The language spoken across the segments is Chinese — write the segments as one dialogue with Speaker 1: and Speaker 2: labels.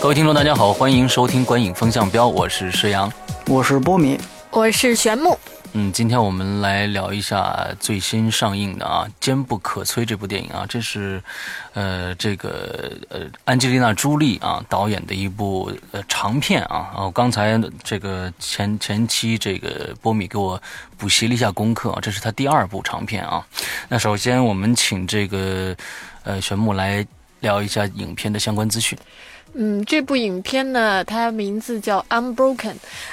Speaker 1: 各位听众，大家好，欢迎收听《观影风向标》，我是石阳。
Speaker 2: 我是波米，
Speaker 3: 我是玄木，
Speaker 1: 嗯，今天我们来聊一下最新上映的啊《坚不可摧》这部电影啊，这是，呃，这个呃安吉丽娜·朱莉啊导演的一部呃长片啊。然后刚才这个前前期这个波米给我补习了一下功课啊，这是他第二部长片啊。那首先我们请这个呃玄木来聊一下影片的相关资讯。
Speaker 3: 嗯，这部影片呢，它名字叫《Unbroken》，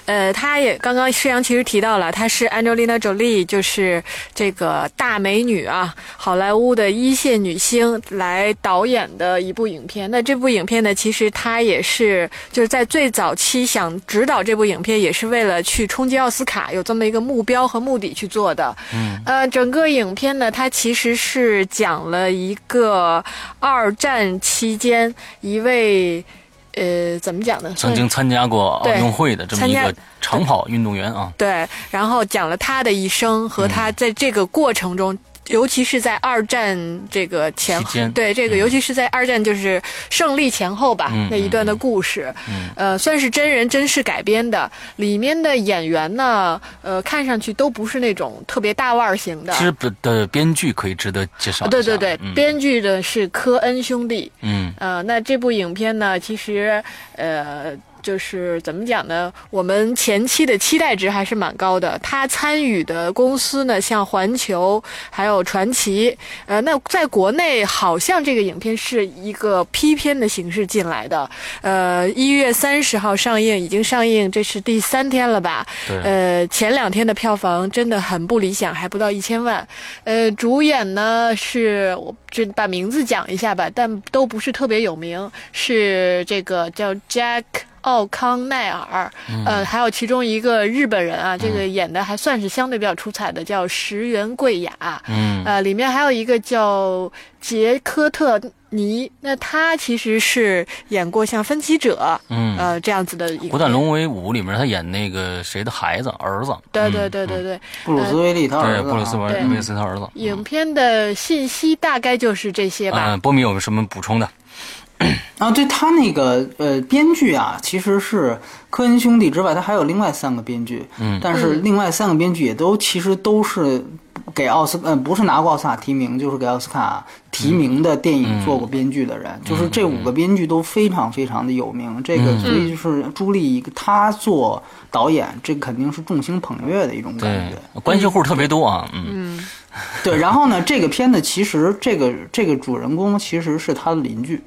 Speaker 3: 呃，它也刚刚施阳其实提到了，它是 Angelina Jolie，就是这个大美女啊，好莱坞的一线女星来导演的一部影片。那这部影片呢，其实她也是就是在最早期想指导这部影片，也是为了去冲击奥斯卡有这么一个目标和目的去做的。嗯，呃，整个影片呢，它其实是讲了一个二战期间一位。呃，怎么讲呢？
Speaker 1: 曾经参加过啊奥
Speaker 3: 对
Speaker 1: 运会的这么一
Speaker 3: 参
Speaker 1: 个
Speaker 3: 加
Speaker 1: 长跑运动员啊，
Speaker 3: 对，然后讲了他的一生
Speaker 1: 嗯
Speaker 3: 和他在这个过程中，尤其是在二战这个前
Speaker 1: 期间
Speaker 3: 对这个，
Speaker 1: 嗯
Speaker 3: 尤其是在二战就是胜利前后吧、
Speaker 1: 嗯
Speaker 3: 那一段的故事，
Speaker 1: 嗯
Speaker 3: 呃，算是真人真事改编的。里面的演员呢，呃，看上去都不是那种特别大腕儿型的。
Speaker 1: 其实本的编剧可以值得介绍一下。
Speaker 3: 对对对，
Speaker 1: 嗯
Speaker 3: 编剧的是科恩兄弟，
Speaker 1: 嗯
Speaker 3: 呃，那这部影片呢，其实呃，就是怎么讲呢？我们前期的期待值还是蛮高的。他参与的公司呢，像环球还有传奇，呃，那在国内好像这个影片是一个批片的形式进来的。呃，一月三十号上映，已经上映，这是第三天了吧？
Speaker 1: 对，
Speaker 3: 呃，前两天的票房真的很不理想，还不到一千万。呃，主演呢是我这把名字讲一下吧，但都不是特别有名，是这个叫 Jack。奥康奈尔，
Speaker 1: 嗯
Speaker 3: 呃，还有其中一个日本人啊，这个演的还算是相对比较出彩的，叫石原贵雅。
Speaker 1: 嗯
Speaker 3: 呃，里面还有一个叫杰科特尼，那他其实是演过像《分歧者》
Speaker 1: 嗯，
Speaker 3: 呃这样子的影片。
Speaker 1: 《虎胆龙威五》里面他演那个谁的孩子儿子，
Speaker 3: 对
Speaker 1: 嗯
Speaker 3: 对对对对，
Speaker 2: 布鲁斯威利他儿
Speaker 1: 对
Speaker 2: 子啊，
Speaker 1: 布鲁斯威
Speaker 3: 对
Speaker 1: 威斯他儿子。
Speaker 3: 影片的信息大概就是这些吧。
Speaker 1: 嗯，波米有什么补充的？
Speaker 2: 啊，对他那个呃，编剧啊，其实是科恩兄弟之外，他还有另外三个编剧，嗯，但是另外三个编剧也都其实都是给奥斯呃，不是拿过奥斯卡提名，就是给奥斯卡提名的电影做过编剧的
Speaker 1: 嗯
Speaker 2: 人，就是这五个编剧都非常非常的有名，这个所以就是朱莉一个他做导演，这肯定是众星捧月的一种感
Speaker 1: 对
Speaker 2: 觉。，
Speaker 1: 关系户特别多啊，嗯
Speaker 2: 对，然后呢，这个片子其实这个这个主人公其实是他的邻居，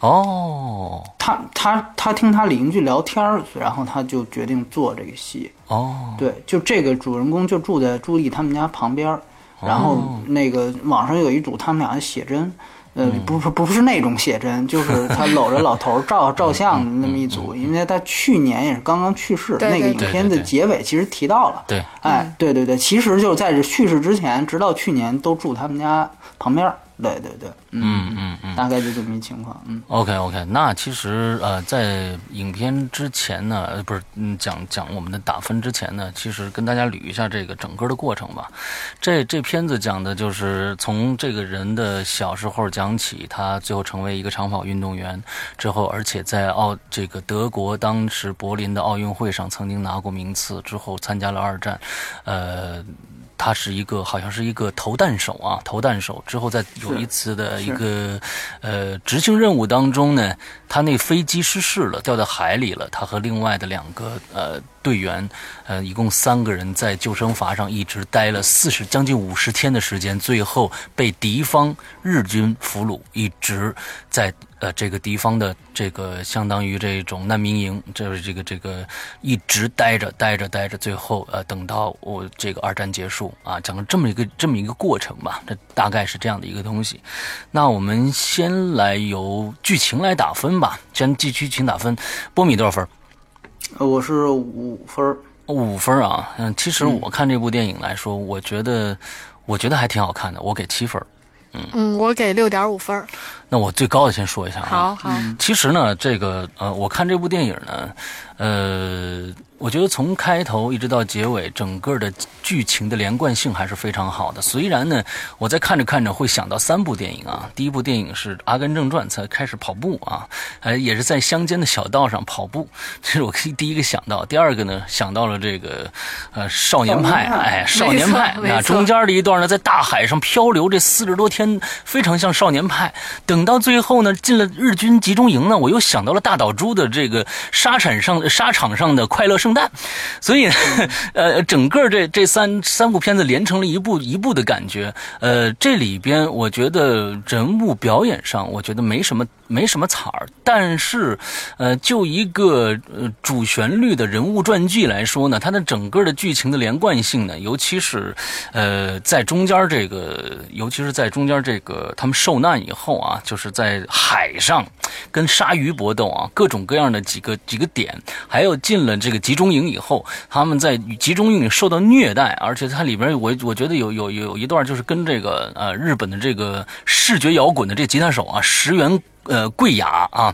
Speaker 1: 哦
Speaker 2: 他他他听他邻居聊天儿，然后他就决定做这个戏。
Speaker 1: 哦，
Speaker 2: 对，就这个主人公就住在朱莉他们家旁边儿，
Speaker 1: 哦
Speaker 2: 然后那个网上有一组他们俩的写真。呃，
Speaker 1: 嗯
Speaker 2: 不是不是那种写真，就是他搂着老头儿 照照相
Speaker 1: 嗯
Speaker 2: 的那么一组，因为他去年也是刚刚去世，
Speaker 3: 对
Speaker 2: 那个
Speaker 3: 对嗯
Speaker 2: 影
Speaker 3: 对
Speaker 2: 片的
Speaker 1: 对对
Speaker 2: 结尾其实提到了，
Speaker 1: 对，
Speaker 2: 哎，对对对，其实就是在这去世之前，直到去年都住他们家旁边儿，对对对，嗯
Speaker 1: 嗯嗯嗯。
Speaker 2: 大概就这么一情况，嗯。
Speaker 1: OK OK，那其实呃，在影片之前呢，呃不是嗯，讲讲我们的打分之前呢，其实跟大家捋一下这个整个的过程吧。这这片子讲的就是从这个人的小时候讲起，他最后成为一个长跑运动员之后，而且在奥这个德国当时柏林的奥运会上曾经拿过名次，之后参加了二战，呃。他是一个，好像是一个投弹手啊，投弹手。之后在有一次的一个呃执行任务当中呢，他那飞机失事了，掉到海里了。他和另外的两个呃队员，呃，一共三个人在救生筏上一直待了四十将近五十天的时间，最后被敌方日军俘虏，一直在呃这个敌方的这个相当于这种难民营，就是这个这个一直待着待着待着，最后呃等到我这个二战结束啊，讲了这么一个这么一个过程吧，这大概是这样的一个东西。那我们先来由剧情来打分吧，先继续请打分。波米多少分？
Speaker 2: 呃我是五分儿，
Speaker 1: 五分啊。嗯，其实我看这部电影来说，我觉得我觉得还挺好看的，我给七分。
Speaker 3: 嗯，我给六点五分儿。嗯
Speaker 1: 那我最高的先说一下啊。
Speaker 3: 好好，
Speaker 1: 其实呢，这个呃，我看这部电影呢，呃，我觉得从开头一直到结尾，整个的剧情的连贯性还是非常好的。虽然呢，我在看着看着会想到三部电影啊，第一部电影是《阿甘正传》，才开始跑步啊，呃，也是在乡间的小道上跑步，这是我可以第一个想到。第二个呢，想到了这个呃少年派，
Speaker 2: 少
Speaker 1: 哎，少年
Speaker 2: 年派
Speaker 1: 派
Speaker 3: 没错
Speaker 1: 啊，
Speaker 3: 没错
Speaker 1: 中间的一段呢，在大海上漂流这四十多天，非常像少年派。等到最后呢，进了日军集中营呢，我又想到了大岛渚的这个沙场上沙场上的快乐圣诞，所以，
Speaker 3: 嗯
Speaker 1: 呃，整个这这三三部片子连成了一部一部的感觉。呃，这里边我觉得人物表演上，我觉得没什么没什么彩儿，但是，呃，就一个呃主旋律的人物传记来说呢，它的整个的剧情的连贯性呢，尤其是呃在中间这个，尤其是在中间这个他们受难以后啊，就是在海上跟鲨鱼搏斗啊，各种各样的几个几个点，还有进了这个集中营以后，他们在集中营里受到虐待，而且它里边我我觉得有有有一段就是跟这个呃日本的这个视觉摇滚的这吉他手啊石原。呃，贵雅啊，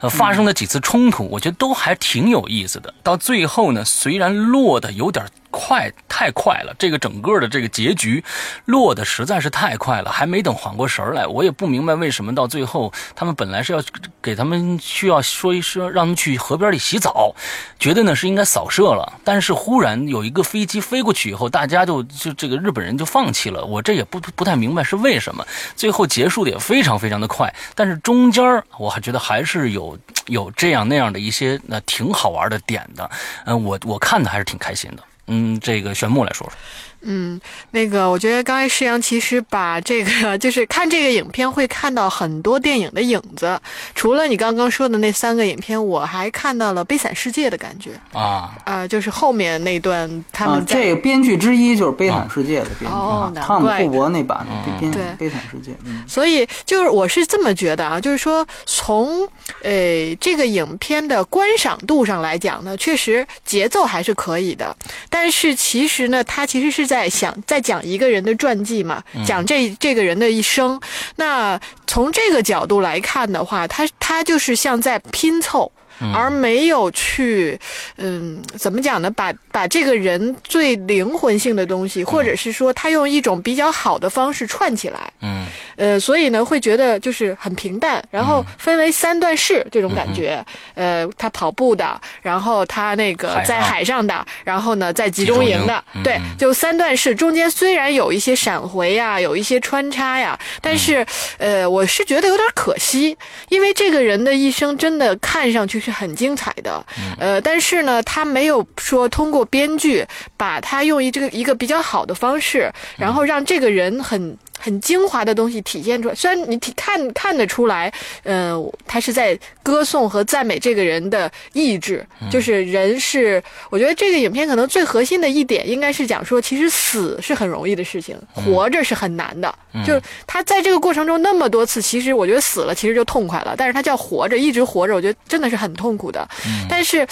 Speaker 1: 呃，发生了几次冲突，我觉得都还挺有意思的。到最后呢，虽然落的有点快，太快了，这个整个的这个结局落的实在是太快了，还没等缓过神儿来，我也不明白为什么到最后他们本来是要给他们需要说一说，让他们去河边里洗澡，觉得呢是应该扫射了，但是忽然有一个飞机飞过去以后，大家就就这个日本人就放弃了，我这也不不太明白是为什么，最后结束的也非常非常的快，但是中间儿我还觉得还是有有这样那样的一些那、呃挺好玩的点的，嗯、我我看的还是挺开心的。嗯，这个玄牧来说说，
Speaker 3: 嗯，那个，我觉得刚才施洋其实把这个， 就是看这个影片会看到很多电影的影子。除了你刚刚说的那三个影片，我还看到了《悲惨世界》的感觉
Speaker 1: 啊，
Speaker 3: 啊、就是后面那段他
Speaker 2: 啊
Speaker 3: 们，在、
Speaker 2: 这个编剧之一就是《悲惨世界》的编剧，
Speaker 3: 哦
Speaker 2: 啊
Speaker 3: 难
Speaker 2: 汤姆·
Speaker 3: 怪
Speaker 2: 库伯那版的编《
Speaker 3: 对
Speaker 2: 悲惨世界》。嗯，
Speaker 3: 所以就是我是这么觉得啊，就是说从呃这个影片的观赏度上来讲呢，确实节奏还是可以的，但是其实呢，它其实是在想在讲一个人的传记嘛，讲这这个人的一生。那从这个角度来看的话，它它就是像在拼凑。而没有去，嗯，怎么讲呢？把把这个人最灵魂性的东西，或者是说他用一种比较好的方式串起来，
Speaker 1: 嗯
Speaker 3: 呃，所以呢，会觉得就是很平淡，然后分为三段式这
Speaker 1: 嗯
Speaker 3: 种感觉。呃，他跑步的，然后他那个
Speaker 1: 海上
Speaker 3: 在海上的，然后呢在集中营的，
Speaker 1: 集中营嗯
Speaker 3: 对，就三段式。中间虽然有一些闪回呀，有一些穿插呀，但是、呃，我是觉得有点可惜，因为这个人的一生真的看上去是很精彩的，
Speaker 1: 嗯
Speaker 3: 呃，但是呢，他没有说通过编剧把他用一这个一个比较好的方式，
Speaker 1: 嗯
Speaker 3: 然后让这个人很。很精华的东西体现出来，虽然你体看看得出来，嗯、他是在歌颂和赞美这个人的意志，
Speaker 1: 嗯
Speaker 3: 就是人是，我觉得这个影片可能最核心的一点，应该是讲说，其实死是很容易的事情，
Speaker 2: 嗯
Speaker 3: 活着是很难的。就是他在这个过程中那么多次，其实我觉得死了其实就痛快了，但是他叫活着，一直活着，我觉得真的是很痛苦的。
Speaker 2: 嗯
Speaker 3: 但是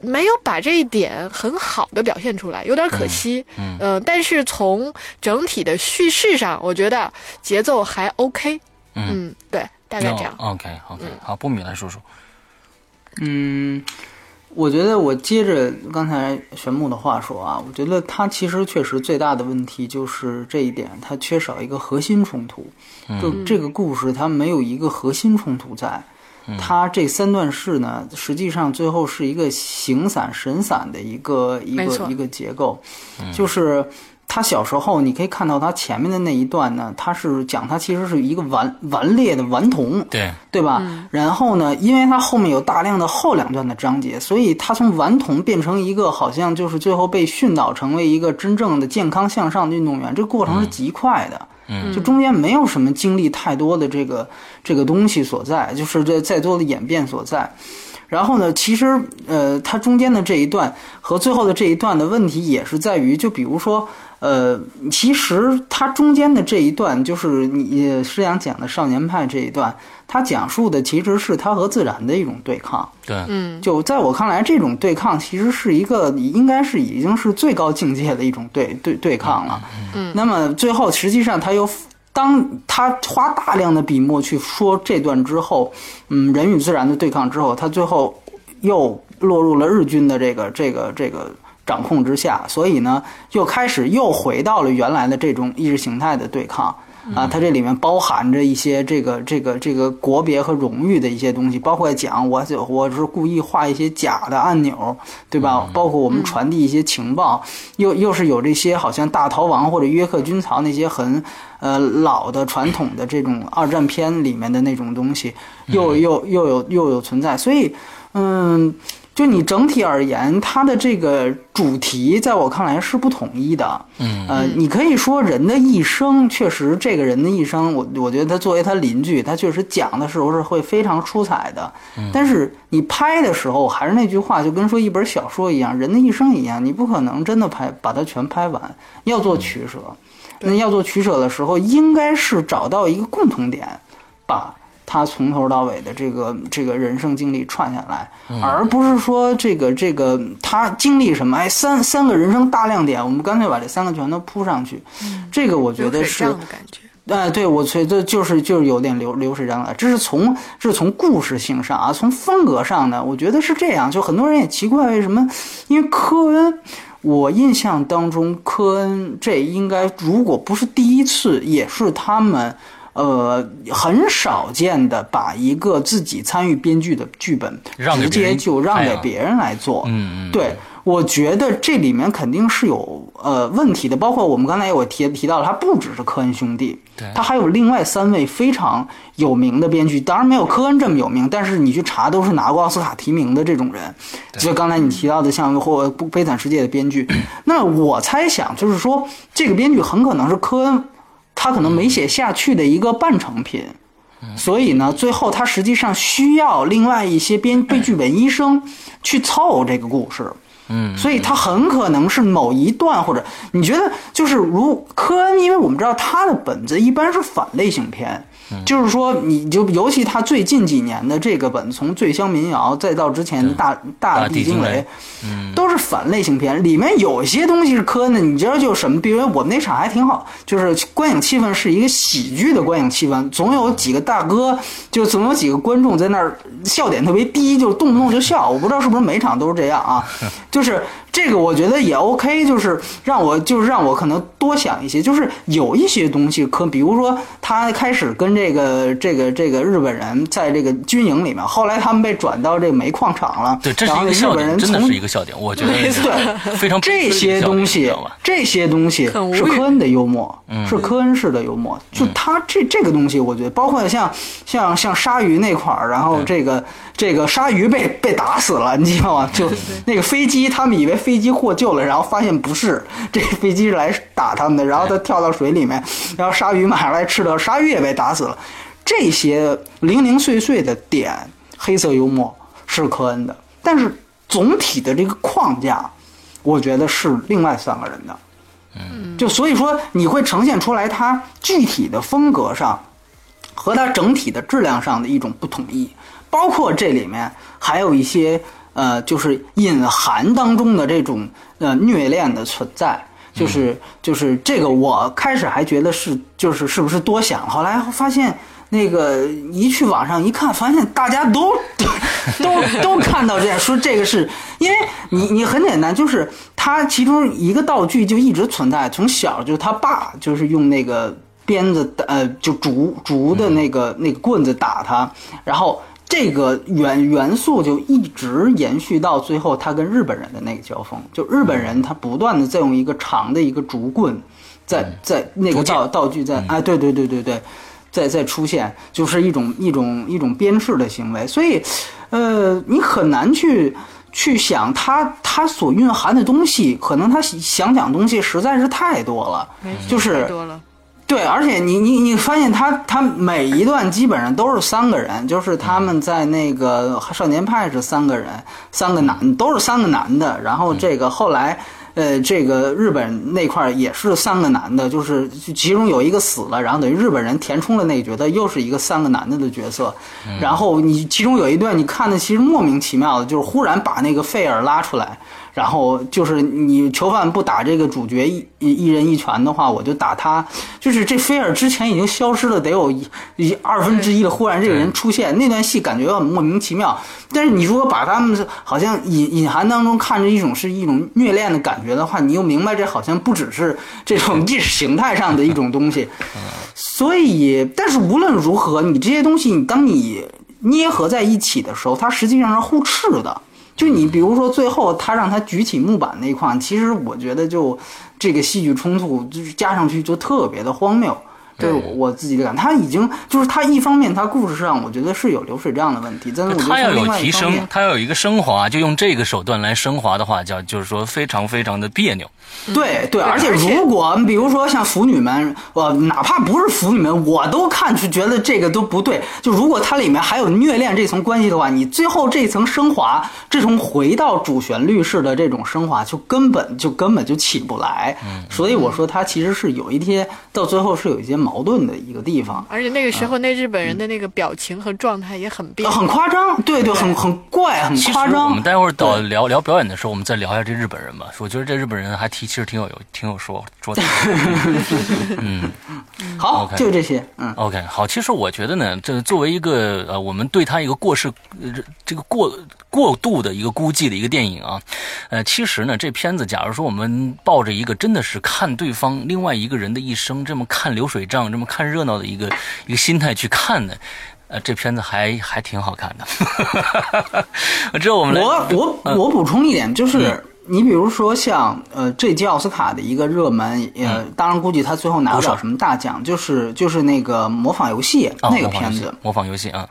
Speaker 3: 没有把这一点很好的表现出来，有点可惜。嗯，呃，但是从整体的叙事上，我觉得节奏还 OK。
Speaker 1: 嗯
Speaker 3: 对，大概这样。
Speaker 1: OK OK，好，波米来说说，
Speaker 2: 嗯，我觉得我接着刚才玄牧的话说啊，我觉得他其实确实最大的问题就是这一点，他缺少一个核心冲突。就这个故事，它没有一个核心冲突在。它这三段式呢，实际上最后是一个形散神散的一个一
Speaker 3: 没错
Speaker 2: 个一个结构，就是他小时候，你可以看到他前面的那一段呢，他是讲他其实是一个顽顽劣的顽童，
Speaker 1: 对
Speaker 2: 对吧？然后呢，因为他后面有大量的后两段的章节，所以他从顽童变成一个好像就是最后被训导成为一个真正的健康向上的运动员，这个过程是极快的。嗯，就中间没有什么经历太多的这个这个东西所在，就是这再多的演变所在。然后呢，其实呃，它中间的这一段和最后的这一段的问题也是在于，就比如说呃，其实它中间的这一段，就是你呃施阳讲的少年派这一段，它讲述的其实是他和自然的一种对抗。
Speaker 1: 对，
Speaker 3: 嗯
Speaker 2: 就在我看来，这种对抗其实是一个应该是已经是最高境界的一种对对对抗了。嗯，那么最后实际上他又。当他花大量的笔墨去说这段之后，嗯，人与自然的对抗之后，他最后又落入了日军的这个这个这个掌控之下，所以呢，又开始又回到了原来的这种意识形态的对抗。啊，它这里面包含着一些这个这个这个国别和荣誉的一些东西，包括讲我我是故意画一些假的按钮，对吧？包括我们传递一些情报，又又是有这些好像大逃亡或者约克军曹那些很呃老的传统的这种二战片里面的那种东西，又又又有又有存在，所以嗯。就你整体而言，它的这个主题在我看来是不统一的。嗯，呃，你可以说人的一生，确实这个人的一生，我我觉得他作为他邻居，他确实讲的时候是会非常出彩的。但是你拍的时候，还是那句话，就跟说一本小说一样，人的一生一样，你不可能真的拍把它全拍完，要做取舍。那要做取舍的时候，应该是找到一个共同点，把他从头到尾的这个这个人生经历串下来，而不是说这个这个他经历什么，哎，三三个人生大亮点，我们干脆把这三个全都铺上去，这个我觉
Speaker 3: 流
Speaker 2: 得
Speaker 3: 水
Speaker 2: 是
Speaker 3: 账的感觉。
Speaker 2: 哎，对，我觉得就是就是有点流流水账了。这是从这是从故事性上啊，从风格上呢，我觉得是这样。就很多人也奇怪为什么，因为科恩，我印象当中科恩这应该如果不是第一次，也是他们呃很少见的把一个自己参与编剧的剧本
Speaker 1: 让给
Speaker 2: 直
Speaker 1: 别
Speaker 2: 接
Speaker 1: 人
Speaker 2: 就让
Speaker 1: 拍
Speaker 2: 给
Speaker 1: 了
Speaker 2: 别人来做。
Speaker 1: 嗯嗯，
Speaker 2: 对，我觉得这里面肯定是有呃问题的，包括我们刚才我提提到了，他不只是科恩兄弟
Speaker 1: 对，
Speaker 2: 他还有另外三位非常有名的编剧，当然没有科恩这么有名，但是你去查都是拿过奥斯卡提名的这种人，就刚才你提到的像或《悲惨世界》的编剧，那我猜想就是说，这个编剧很可能是科恩，他可能没写下去的一个半成品。所以呢，最后他实际上需要另外一些编对剧本医生去凑这个故事。嗯，所以他很可能是某一段，或者你觉得就是如科恩，因为我们知道他的本子一般是反类型片，
Speaker 1: 嗯
Speaker 2: 就是说你就尤其他最近几年的这个本子，从《醉乡民谣》再到之前的大大
Speaker 1: 大地
Speaker 2: 地惊
Speaker 1: 惊
Speaker 2: 雷
Speaker 1: 雷，嗯
Speaker 2: 都是反类型片，里面有一些东西是科恩的，你知道就是什么？比如我们那场还挺好，就是观影气氛是一个喜剧的观影气氛，总有几个大哥，就总有几个观众在那儿笑点特别低，就动不动就笑。我不知道是不是每场都是这 样啊，就是这个我觉得也 OK，就是让我就是让我可能多想一些，就是有一些东西可，比如说他开始跟这个这个这个日本人在这个军营里面，后来他们被转到这个煤矿厂了，
Speaker 1: 对，这是
Speaker 2: 然
Speaker 1: 一
Speaker 2: 后
Speaker 1: 个
Speaker 2: 日
Speaker 1: 笑
Speaker 2: 本
Speaker 1: 点，
Speaker 2: 人
Speaker 1: 真的
Speaker 2: 从
Speaker 1: 是一个笑点，我觉得
Speaker 3: 没
Speaker 1: 是
Speaker 3: 错
Speaker 1: 非常悲
Speaker 2: 这
Speaker 1: 催的
Speaker 2: 些
Speaker 1: 笑点
Speaker 2: 东
Speaker 1: 你知
Speaker 2: 西
Speaker 1: 道吧，
Speaker 2: 这些东西
Speaker 3: 很无
Speaker 2: 是
Speaker 3: 语
Speaker 2: 科恩的幽默，是科恩式的幽默。就他这这个东西，我觉得包括像像像鲨鱼那块儿，然后这个这个鲨鱼被被打死了，你知道吗？就那个飞机，他们以为飞机获救了，然后发现不是， 这飞机是来打他们的，然后他跳到水里面，然后鲨鱼马上来吃了，鲨鱼也被打死了。这些零零碎碎的点，黑色幽默是科恩的，但是总体的这个框架，我觉得是另外三个人的。嗯，就所以说你会呈现出来它具体的风格上和它整体的质量上的一种不统一，包括这里面还有一些呃，就是隐含当中的这种呃虐恋的存在。就是就是这个，我开始还觉得是就是是不是多想，后来发现那个一去网上一看，发现大家都 都都看到这样说这个是因为你你很简单，就是他其中一个道具就一直存在，从小就是他爸就是用那个鞭子打呃就竹竹的那个那个棍子打他，然后这个元元素就一直延续到最后，他跟日本人的那个交锋，就日本人他不断的在用一个长的一个竹棍，在在那个道道具在哎，对对对对对，在在出现，就是一种一种一种鞭笞的行为，所以，呃，你很难去。去想它它所蕴含的东西，可能它想讲东西实在是太多了，就是
Speaker 3: 太多了。
Speaker 2: 对，而且你你你发现他他每一段基本上都是三个人，就是他们在那个少年派是三个人，三个男都是三个男的，然后这个后来。呃，这个日本那块儿也是三个男的，就是其中有一个死了，然后等于日本人填充了那个角色，又是一个三个男的的角色。然后你其中有一段你看的其实莫名其妙的，就是忽然把那个费尔拉出来，然后就是你囚犯不打这个主角一一人一拳的话，我就打他。就是这菲尔之前已经消失了得有一一二分之一了，忽然这个人出现，那段戏感觉很莫名其妙。但是你如果把他们好像隐隐含当中看着一种是一种虐恋的感觉的话，你又明白这好像不只是这种意识形态上的一种东西。所以，但是无论如何，你这些东西，你当你捏合在一起的时候，它实际上是互斥的。就你比如说，最后他让他举起木板那一块，其实我觉得就这个戏剧冲突就是加上去就特别的荒谬，这是我我自己的感觉。他已经就是他一方面他故事上我觉得是有流水账的问题，但嗯是我觉
Speaker 1: 它要
Speaker 2: 得
Speaker 1: 有
Speaker 2: 另外一
Speaker 1: 提
Speaker 2: 方
Speaker 1: 升
Speaker 2: 面，，
Speaker 1: 它要有一个升华，就用这个手段来升华的话，叫就是说非常非常的别扭。
Speaker 2: 对嗯对，而且
Speaker 3: 而且
Speaker 2: 如果比如说像腐女们，呃，哪怕不是腐女们，我都看去觉得这个都不对。就如果它里面还有虐恋这层关系的话，你最后这层升华，这种回到主旋律式的这种升华，就根本就根本就起不来。
Speaker 1: 嗯
Speaker 2: 所以我说它其实是有一些到最后是有一些矛盾的一个地方。
Speaker 3: 而且那个时候，那日本人的那个表情和状态也很变
Speaker 2: 呃。很夸张，对对，很很怪，很
Speaker 1: 嗯其实
Speaker 2: 夸张。
Speaker 1: 我们待会儿到聊聊表演的时候，我们再聊一下这日本人吧。我觉得这日本人还挺其实挺有有挺有说说 的。
Speaker 2: 好，
Speaker 1: OK
Speaker 2: 就这些，嗯。
Speaker 1: OK，好，其实我觉得呢，这作为一个呃，我们对他一个过世，呃、这这个过过度的一个估计的一个电影啊，呃，其实呢，这片子假如说我们抱着一个真的是看对方另外一个人的一生，这么看流水账，这么看热闹的一个一个心态去看呢，呃，这片子还还挺好看的。 之后我们来，嗯
Speaker 2: 我我我补充一点，就是你比如说像呃这届奥斯卡的一个热门，呃，
Speaker 1: 嗯
Speaker 2: 当然估计他最后拿不了什么大奖，就是就是那个模仿游戏
Speaker 1: 哦
Speaker 2: 那个
Speaker 1: 模仿游
Speaker 2: 片
Speaker 1: 戏
Speaker 2: 子，
Speaker 1: 模仿游戏啊，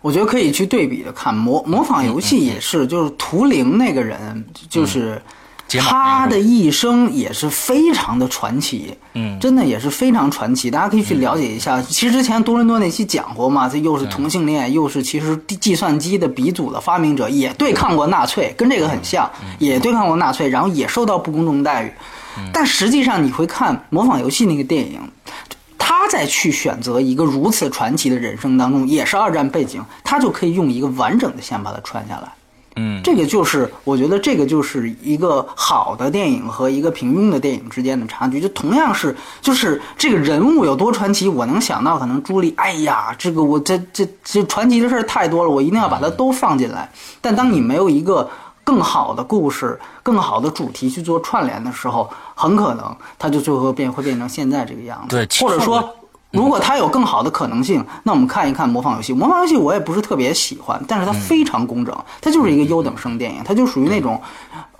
Speaker 2: 我觉得可以去对比着看。模模
Speaker 1: 嗯
Speaker 2: 仿游戏也是，就是图灵那个人，就是
Speaker 1: 解码那
Speaker 2: 他
Speaker 1: 个
Speaker 2: 的一生也是非常的传奇，
Speaker 1: 嗯
Speaker 2: 真的也是非常传奇。大家可以去了解一下。其实之前多伦多那期讲过嘛，这
Speaker 1: 嗯
Speaker 2: 又是同性恋，又是其实计算机的鼻祖的发明者，也对抗过纳
Speaker 1: 嗯
Speaker 2: 粹，跟这个很像，也对抗过纳粹，然后也受到不公正待遇。
Speaker 1: 嗯
Speaker 2: 但实际上，你会看《模仿游戏》那个电影，他在去选择一个如此传奇的人生当中，也是二战背景，他就可以用一个完整的线把它穿下来。
Speaker 1: 嗯，
Speaker 2: 这个就是我觉得这个就是一个好的电影和一个平庸的电影之间的差距，就同样是就是这个人物有多传奇，我能想到可能朱莉，哎呀，这个我这这这传奇的事儿太多了，我一定要把它都放进来。但当你没有一个更好的故事、更好的主题去做串联的时候，很可能它就最后变会变成现在这个样子，
Speaker 1: 对其实
Speaker 2: 或者说
Speaker 1: 我。
Speaker 2: 如果它有更好的可能性，那我们看一看模仿游戏。模仿游戏我也不是特别喜欢，但是它非常工整，它就是一个优等生电影，它就属于那种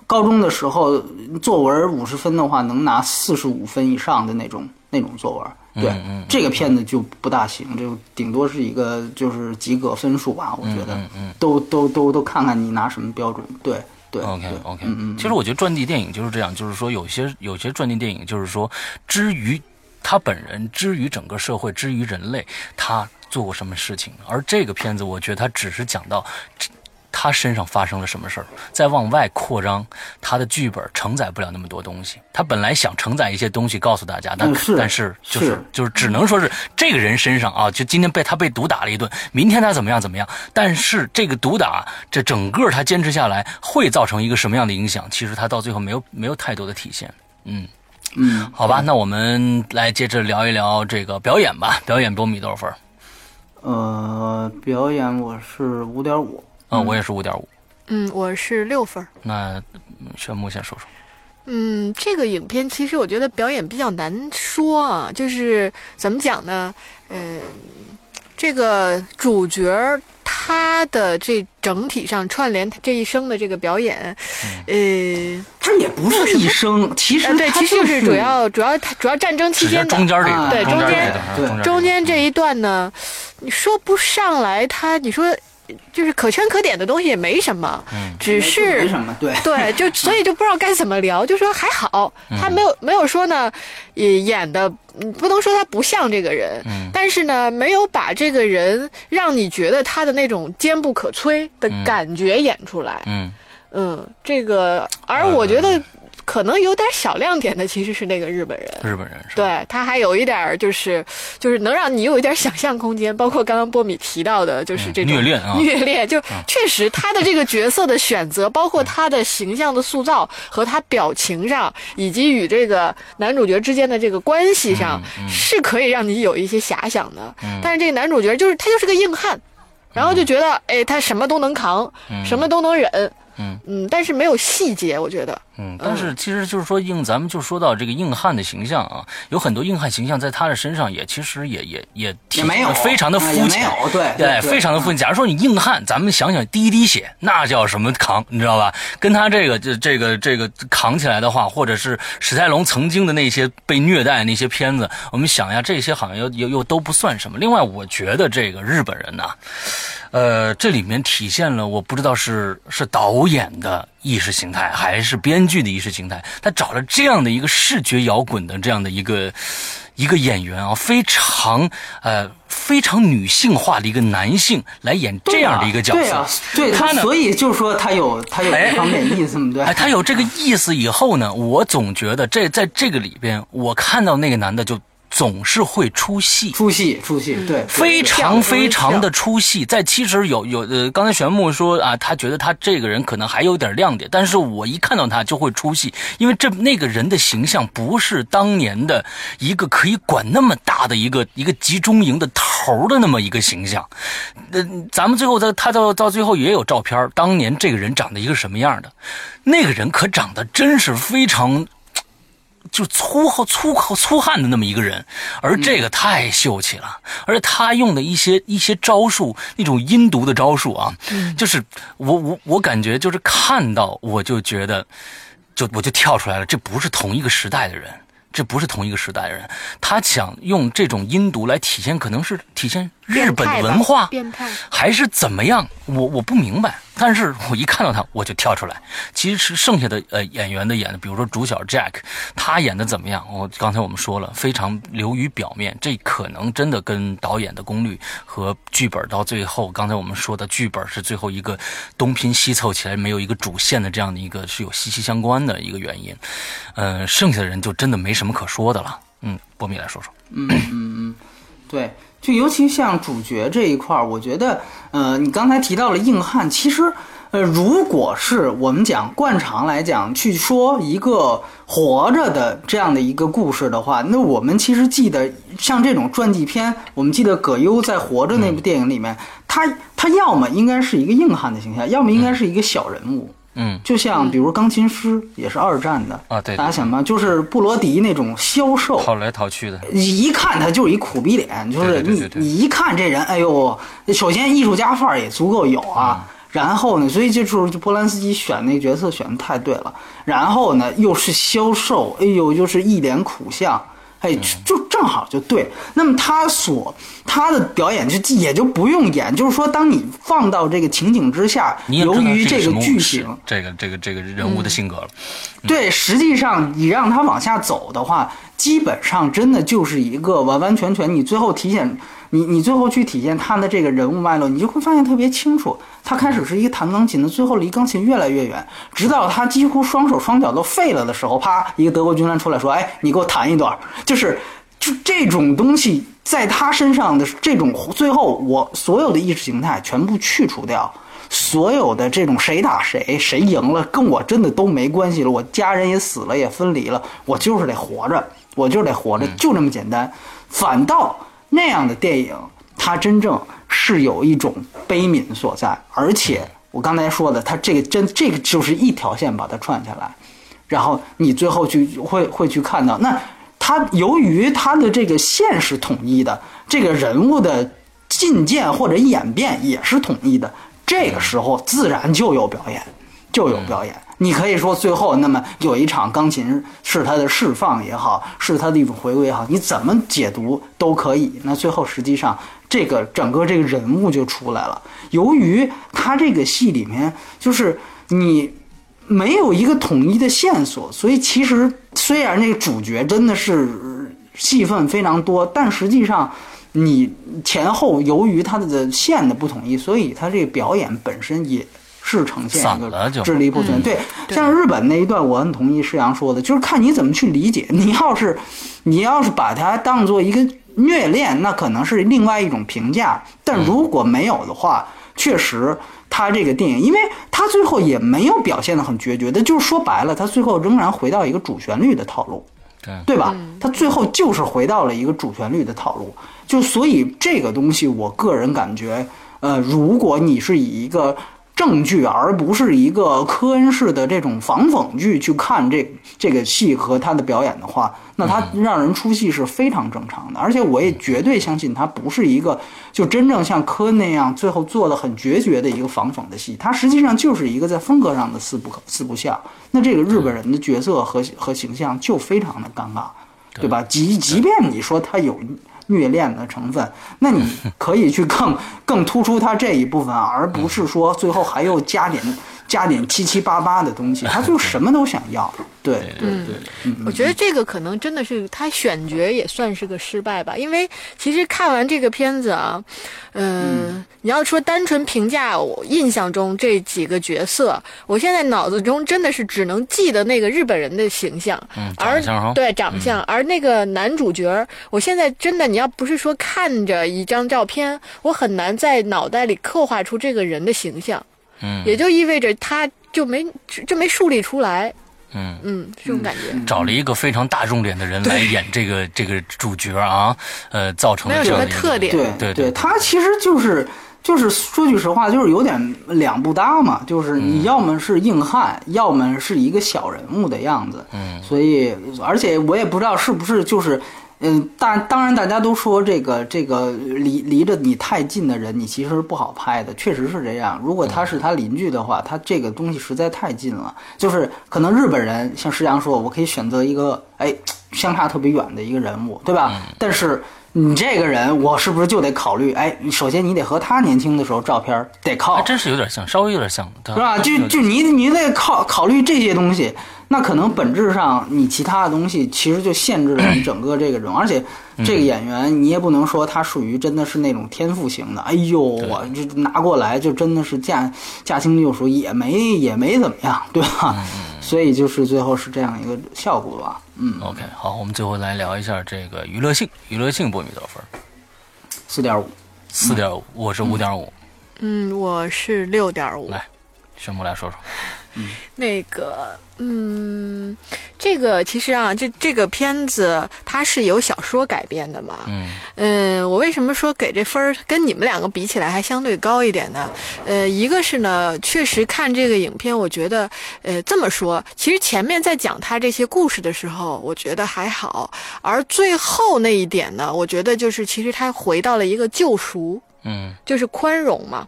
Speaker 2: 高中的时候作文五十分的话能拿四十五分以上的那种那种作文。对，这个片子就不大行，就顶多是一个就是及格分数吧，我觉得。都都都都看看你拿什么标准。对对
Speaker 1: OK
Speaker 2: 对嗯
Speaker 1: OK，其实我觉得传记电影就是这样，就是说有些有些传记电影就是说，之于他本人，之于整个社会，之于人类，他做过什么事情。而这个片子，我觉得他只是讲到这他身上发生了什么事儿，再往外扩张，他的剧本承载不了那么多东西。他本来想承载一些东西告诉大家，但、
Speaker 2: 嗯是
Speaker 1: 但是就是
Speaker 2: 是
Speaker 1: 就是只能说是这个人身上啊，就今天被他被毒打了一顿，明天他怎么样怎么样。但是这个毒打，这整个他坚持下来会造成一个什么样的影响？其实他到最后没 有没有太多的体现。嗯，
Speaker 2: 嗯，
Speaker 1: 好吧，那我们来接着聊一聊这个表演吧。表演给我们多少分？
Speaker 2: 呃，表演我是五点五，
Speaker 1: 嗯，我也是五点五。
Speaker 3: 嗯，我是六分儿。
Speaker 1: 那嗯炫目先说说。
Speaker 3: 嗯，这个影片其实我觉得表演比较难说啊，就是怎么讲呢？呃，这个主角儿他他的这整体上串联这一生的这个表演，呃，
Speaker 2: 他也不是一生，其实
Speaker 3: 呃对，
Speaker 2: 他
Speaker 3: 其实
Speaker 2: 就
Speaker 3: 就是主要主要主要战争期
Speaker 1: 只是
Speaker 3: 间的
Speaker 1: 中间这一段，
Speaker 2: 啊
Speaker 3: 对
Speaker 1: 中
Speaker 3: 中
Speaker 1: 间
Speaker 3: 间
Speaker 1: 这一
Speaker 2: 对
Speaker 1: 段，
Speaker 3: 中间这一段呢，你说不上来他，你说就是可圈可点的东西也没什么，
Speaker 1: 嗯
Speaker 3: 只
Speaker 2: 没
Speaker 3: 是
Speaker 2: 什么，对，
Speaker 3: 对，就所以就不知道该怎么聊，就说还好，
Speaker 1: 嗯
Speaker 3: 他没有没有说呢，也演的嗯不能说他不像这个
Speaker 1: 嗯
Speaker 3: 人，但是呢，没有把这个人让你觉得他的那种坚不可摧的感觉演出来，
Speaker 1: 嗯，
Speaker 3: 嗯，这个，而我觉得可能有点小亮点的其实是那个日本人。
Speaker 1: 日本人是吧？嗯
Speaker 3: 对，它还有一点儿就是，就是能让你有一点儿想象空间，包括刚刚波米提到的，就是这种
Speaker 1: 虐恋啊
Speaker 3: 虐恋就确实他的这个角色的选 择，包括他的形象的塑造和他表情上，以及与这个男主角之间的这个关系上，
Speaker 1: 嗯
Speaker 3: 是可以让你有一些遐想的。但是这个男主角就是他就是个硬汉，
Speaker 1: 嗯
Speaker 3: 然后就觉得哎，他什么都能扛，什么都能忍，
Speaker 1: 嗯
Speaker 3: 但是没有细节，我觉得。
Speaker 1: 嗯，但是其实就是说硬，咱们就说到这个硬汉的形象啊，有很多硬汉形象在他的身上也其实也也也体
Speaker 2: 也没有啊
Speaker 1: 非常的
Speaker 3: 啊
Speaker 1: 肤
Speaker 2: 也没
Speaker 1: 浅，
Speaker 2: 有对
Speaker 1: 对，
Speaker 2: 对
Speaker 1: 非常的肤浅。假如说你硬汉，咱们想想第一滴血那叫什么扛，你知道吧？跟他这个这这个这个扛起来的话，或者是史泰龙曾经的那些被虐待的那些片子，我们想一下，这些好像又又又都不算什么。另外，我觉得这个日本人呐、呃，这里面体现了我不知道是是导演的意识形态还是编剧的意识形态，他找了这样的一个视觉摇滚的这样的一个一个演员啊，非常呃非常女性化的一个男性来演这样的一个角色，
Speaker 2: 对啊，对
Speaker 1: 他
Speaker 2: 他，
Speaker 1: 呢
Speaker 2: 所以就说他有他有
Speaker 1: 哎
Speaker 2: 这方面意思嘛，对
Speaker 1: 哎，，他有这个意思以后呢，我总觉得这在这个里边，我看到那个男的就总是会出戏，
Speaker 2: 出戏出戏，对，
Speaker 1: 非常非常的出戏，在其实有有呃，刚才玄牧说啊，他觉得他这个人可能还有点亮点，但是我一看到他就会出戏，因为这那个人的形象不是当年的一个可以管那么大的一个一个集中营的头儿的那么一个形象。呃，咱们最后在他到到最后也有照片儿，当年这个人长得一个什么样的，那个人可长得真是非常就粗厚、粗厚、粗汉的那么一个人，而这
Speaker 3: 嗯
Speaker 1: 个太秀气了，而且他用的一些一些招数，那种阴毒的招数啊，
Speaker 3: 嗯
Speaker 1: 就是我我我感觉就是看到我就觉得，就我就跳出来了，这不是同一个时代的人。这不是同一个时代的人，他想用这种阴毒来体现，可能是体现日本的文化，
Speaker 3: 变态吧。变态
Speaker 1: 还是怎么样？我我不明白。但是我一看到他，我就跳出来。其实剩下的呃演员的演的，比如说主角 Jack，他演的怎么样？我刚才我们说了，非常流于表面。这可能真的跟导演的功力和剧本到最后，刚才我们说的剧本是最后一个东拼西凑起来没有一个主线的这样的一个是有息息相关的一个原因。嗯、剩下的人就真的没什么可说的了。嗯，波米来说说。
Speaker 2: 对，就尤其像主角这一块儿，我觉得，呃，你刚才提到了硬汉，其实，呃，如果是我们讲惯常来讲去说一个活着的这样的一个故事的话，那我们其实记得像这种传记片，我们记得葛优在《活着》
Speaker 1: 嗯
Speaker 2: 那部电影里面，他他要么应该是一个硬汉的形象，要么应该是一个小人物。
Speaker 1: 嗯
Speaker 2: 就像比如钢琴师也是二战的
Speaker 1: 啊对对
Speaker 2: 大家想吧，就是布罗迪那种消瘦，
Speaker 1: 逃来逃去的，
Speaker 2: 你一看他就是一苦逼脸，就是
Speaker 1: 对对
Speaker 2: 你
Speaker 1: 对对
Speaker 2: 你一看这人，哎呦，首先艺术家范儿也足够有啊。
Speaker 1: 嗯
Speaker 2: 然后呢，所以这时候就波兰斯基选那个角色选的太对了。然后呢，又是消瘦，哎呦，又是一脸苦相，哎，就就正好就对。那么他所他的表演就也就不用演，就是说，当你放到这个情景之下，
Speaker 1: 你也知
Speaker 2: 由
Speaker 1: 道
Speaker 2: 于
Speaker 1: 这
Speaker 2: 这
Speaker 1: 什
Speaker 2: 个
Speaker 1: 么
Speaker 2: 剧
Speaker 1: 是
Speaker 2: 情，
Speaker 1: 这个这个这个人物
Speaker 3: 嗯
Speaker 1: 的性格了。
Speaker 2: 对，实际上你让它往下走的话，基本上真的就是一个完完全全，你最后体现你你最后去体现他的这个人物脉络，你就会发现特别清楚。他开始是一个弹钢琴的，最后离钢琴越来越远，直到他几乎双手双脚都废了的时候，啪，一个德国军官出来说：“哎，你给我弹一段儿。”就是就这种东西在他身上的这种，最后我所有的意识形态全部去除掉。所有的这种谁打谁，谁赢了，跟我真的都没关系了。我家人也死了，也分离了，我就是得活着，我就是得活着，就这么简单。反倒那样的电影，它真正是有一种悲悯所在，而且我刚才说的，它这个真这个就是一条线把它串下来，然后你最后去会会去看到那。它由于它的这个线是统一的，这个人物的进谏或者演变也是统一的，这个时候自然就有表演，就有表演。你可以说最后那么有一场钢琴是他的释放也好，是他的一种回归也好，你怎么解读都可以。那最后实际上这个整个这个人物就出来了。由于他这个戏里面就是你没有一个统一的线索，所以其实虽然这个主角真的是戏份非常多，但实际上。你前后由于它的线的不统一，所以它这个表演本身也是呈现一
Speaker 1: 散了
Speaker 2: 个
Speaker 1: 就
Speaker 2: 智力不全。对，像日本那一段，我很同意施阳说的，就是看你怎么去理解。你要是你要是把它当做一个虐恋，那可能是另外一种评价；但如果没有的话，确实他这个电影，因为他最后也没有表现的很决绝的，就是说白了，他最后仍然回到一个主旋律的套路。
Speaker 1: 对
Speaker 2: 对吧？他最后就是回到了一个主旋律的套路，就所以这个东西，我个人感觉，呃，如果你是以一个正剧而不是一个科恩式的这种防讽剧去看这这个戏和他的表演的话，那他让人出戏是非常正常的，而且我也绝对相信他不是一个就真正像科恩那样最后做的很决绝的一个防讽的戏，他实际上就是一个在风格上的四不可四不像。那这个日本人的角色和和形象就非常的尴尬，对吧？即即便你说他有虐恋的成分，那 你可以去更更突出他这一部分，啊而不是说最后还又加点加点七七八八的东西，他就什么都想要。对对
Speaker 3: 嗯
Speaker 2: 对，
Speaker 3: 我
Speaker 1: 嗯
Speaker 3: 觉得这个可能真的是他选角也算是个失败吧，因为其实看完这个片子啊，嗯，你要说单纯评价，我印象中这几个角色，我现在脑子中真的是只能记得那个日本人的形象，
Speaker 1: 嗯长
Speaker 3: 而
Speaker 1: 相哈嗯
Speaker 3: 对长相，而那个男主角儿，我现在真的你要不是说看着一张照片，我很难在脑袋里刻画出这个人的形象，
Speaker 1: 嗯
Speaker 3: 也就意味着他就没就就没树立出来，
Speaker 1: 嗯，
Speaker 3: 嗯，这种感觉。
Speaker 1: 找了一个非常大众脸的人来演这个这个主角啊，呃，造成
Speaker 3: 没
Speaker 1: 了
Speaker 3: 有
Speaker 1: 这
Speaker 3: 什
Speaker 1: 样
Speaker 3: 么
Speaker 1: 的一个
Speaker 3: 特点
Speaker 2: 对
Speaker 1: 对对
Speaker 2: 对，他其实就是就是说句实话，就是有点两不搭嘛，就是你要么是硬汉，要么是一个小人物的样子。嗯，所以而且我也不知道是不是就是。嗯，大当然，大家都说这个这个离离着你太近的人，你其实不好拍的，确实是这样。如果他是他邻居的话，他这个东西实在太近了。就是可能日本人像石阳说，我可以选择一个哎相差特别远的一个人物，对吧？但是你这个人，我是不是就得考虑？哎，首先你得和他年轻的时候照片儿得靠
Speaker 1: 还，真是有点像，稍微有点像，对
Speaker 2: 是吧？就
Speaker 1: 啊对
Speaker 2: 就你你得考考虑这些东西，那可能本质上你其他的东西其实就限制了你整个这个人，而 且这个演员你也不能说他属于真的是那种天赋型的，哎呦，我这拿过来就真的是驾驾轻就熟，也没也没怎么样，对吧？所以就是最后是这样一个效果吧，嗯，
Speaker 1: OK，好，我们最后来聊一下这个娱乐性，娱乐性波米多少分？
Speaker 2: 四点五。
Speaker 1: 四点五，我是五点五，
Speaker 3: 嗯，我是六点五。
Speaker 1: 来，宣布来说说，
Speaker 3: 那个，嗯，这个其实啊，这这个片子它是由小说改编的嘛。
Speaker 1: 嗯
Speaker 3: 嗯，我为什么说给这分儿跟你们两个比起来还相对高一点呢？呃，一个是呢，确实看这个影片，我觉得，呃，这么说，其实前面在讲他这些故事的时候，我觉得还好，而最后那一点呢，我觉得就是其实他回到了一个救赎。
Speaker 1: 嗯
Speaker 3: 就是宽容嘛，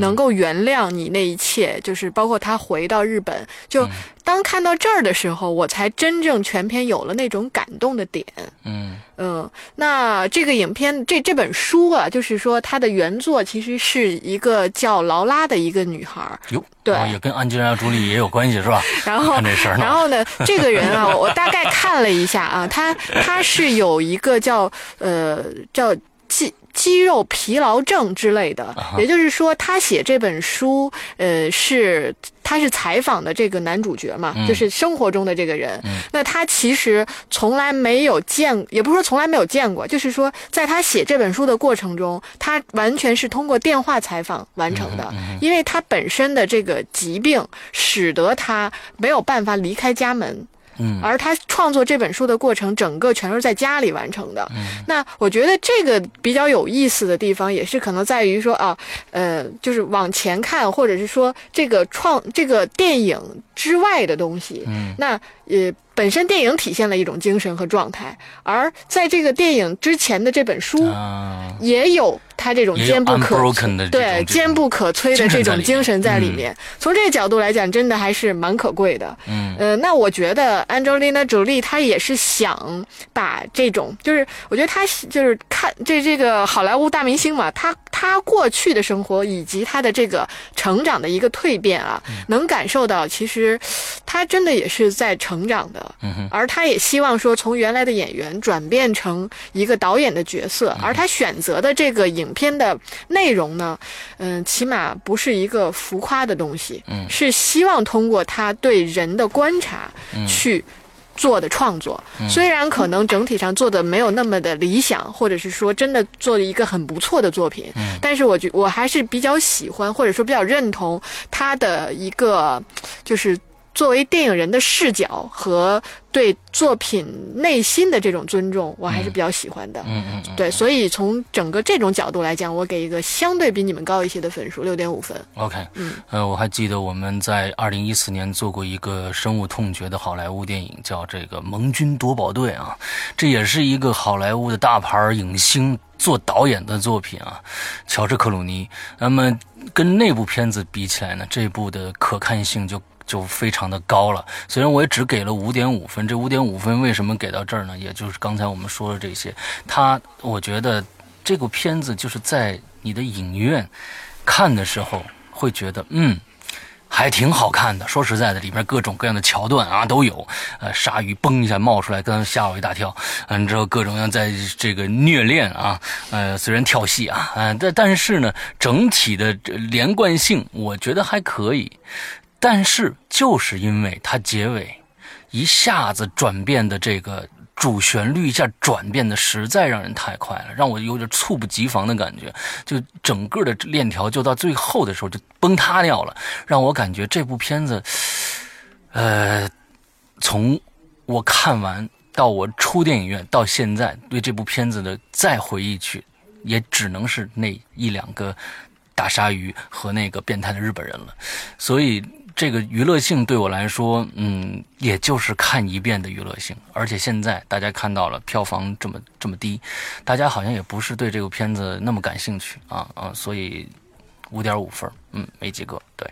Speaker 3: 能够原谅你那一切，就是包括他回到日本，就当看到这儿的时候，我才真正全篇有了那种感动的点。
Speaker 1: 嗯
Speaker 3: 嗯，那这个影片这这本书啊，就是说它的原作其实是一个叫劳拉的一个女孩儿，
Speaker 1: 哟，
Speaker 3: 对
Speaker 1: 哦也跟安吉拉·朱莉也有关系是吧？
Speaker 3: 然 后
Speaker 1: 看这事儿呢
Speaker 3: 然后呢，这个人啊，我我大概看了一下啊，他他是有一个叫呃叫肌肌肉疲劳症之类的，
Speaker 1: 啊
Speaker 3: 也就是说，他写这本书，呃，是他是采访的这个男主角
Speaker 1: 嗯
Speaker 3: 嘛，就是生活中的这个人。那他其实从来没有见，也不是说从来没有见过，就是说，在他写这本书的过程中，他完全是通过电话采访完成
Speaker 1: 嗯
Speaker 3: 的，因为他本身的这个疾病使得他没有办法离开家门。
Speaker 1: 嗯
Speaker 3: 而他创作这本书的过程，整个全是在家里完成的。
Speaker 1: 嗯
Speaker 3: 那我觉得这个比较有意思的地方，也是可能在于说啊，呃，就是往前看，或者是说这个创这个电影之外的东西。嗯，那呃，本身电影体现了一种精神和状态，而在这个电影之前的这本书
Speaker 1: 啊，
Speaker 3: 也有它这种
Speaker 1: 也有
Speaker 3: 坚不可
Speaker 1: unbroken 的这种
Speaker 3: 对
Speaker 1: 这种
Speaker 3: 坚不可摧的这种精神在里面。从这个角度来讲，真的还是蛮可贵的。
Speaker 1: 嗯，
Speaker 3: 呃，那我觉得 Angelina Jolie 她也是想把这种，就是我觉得她就是看这这个好莱坞大明星嘛，她她过去的生活以及她的这个成长的一个蜕变啊，
Speaker 1: 嗯
Speaker 3: 能感受到其实她真的也是在成长的。
Speaker 1: 嗯哼，
Speaker 3: 而他也希望说，从原来的演员转变成一个导演的角色，
Speaker 1: 嗯
Speaker 3: 而他选择的这个影片的内容呢，嗯，起码不是一个浮夸的东西，
Speaker 1: 嗯
Speaker 3: 是希望通过他对人的观察
Speaker 1: 嗯
Speaker 3: 去。做的创作，虽然可能整体上做的没有那么的理想，或者是说真的做了一个很不错的作品，
Speaker 1: 嗯
Speaker 3: 但是我觉我还是比较喜欢，或者说比较认同他的一个就是作为电影人的视角和对作品内心的这种尊重，我还是比较喜欢的。
Speaker 1: 嗯嗯嗯
Speaker 3: 对，所以从整个这种角度来讲，我给一个相对比你们高一些的分数，六点五分。
Speaker 1: ，OK，呃，我还记得我们在二零一四年做过一个深恶痛绝的好莱坞电影，叫这个《盟军夺宝队》啊，这也是一个好莱坞的大牌影星做导演的作品啊，乔治克鲁尼。那么跟那部片子比起来呢，这部的可看性就。就非常的高了，虽然我也只给了五点五分，这五点五分为什么给到这儿呢？也就是刚才我们说的这些，它我觉得这个片子就是在你的影院看的时候会觉得，嗯，还挺好看的。说实在的，里边各种各样的桥段啊都有，呃，鲨鱼嘣一下冒出来，刚吓我一大跳。嗯，之后各种各样在这个虐恋啊，呃，虽然跳戏啊，嗯、但但是呢，整体的这连贯性我觉得还可以。但是就是因为它结尾一下子转变的这个主旋律一下转变的实在让人太快了，让我有点猝不及防的感觉。就整个的链条就到最后的时候就崩塌掉了，让我感觉这部片子，呃，从我看完到我出电影院到现在，对这部片子的再回忆去，也只能是那一两个大鲨鱼和那个变态的日本人了。所以这个娱乐性对我来说，嗯，也就是看一遍的娱乐性。而且现在大家看到了票房这么这么低，大家好像也不是对这个片子那么感兴趣啊啊，所以五点五分，嗯，没及格。对，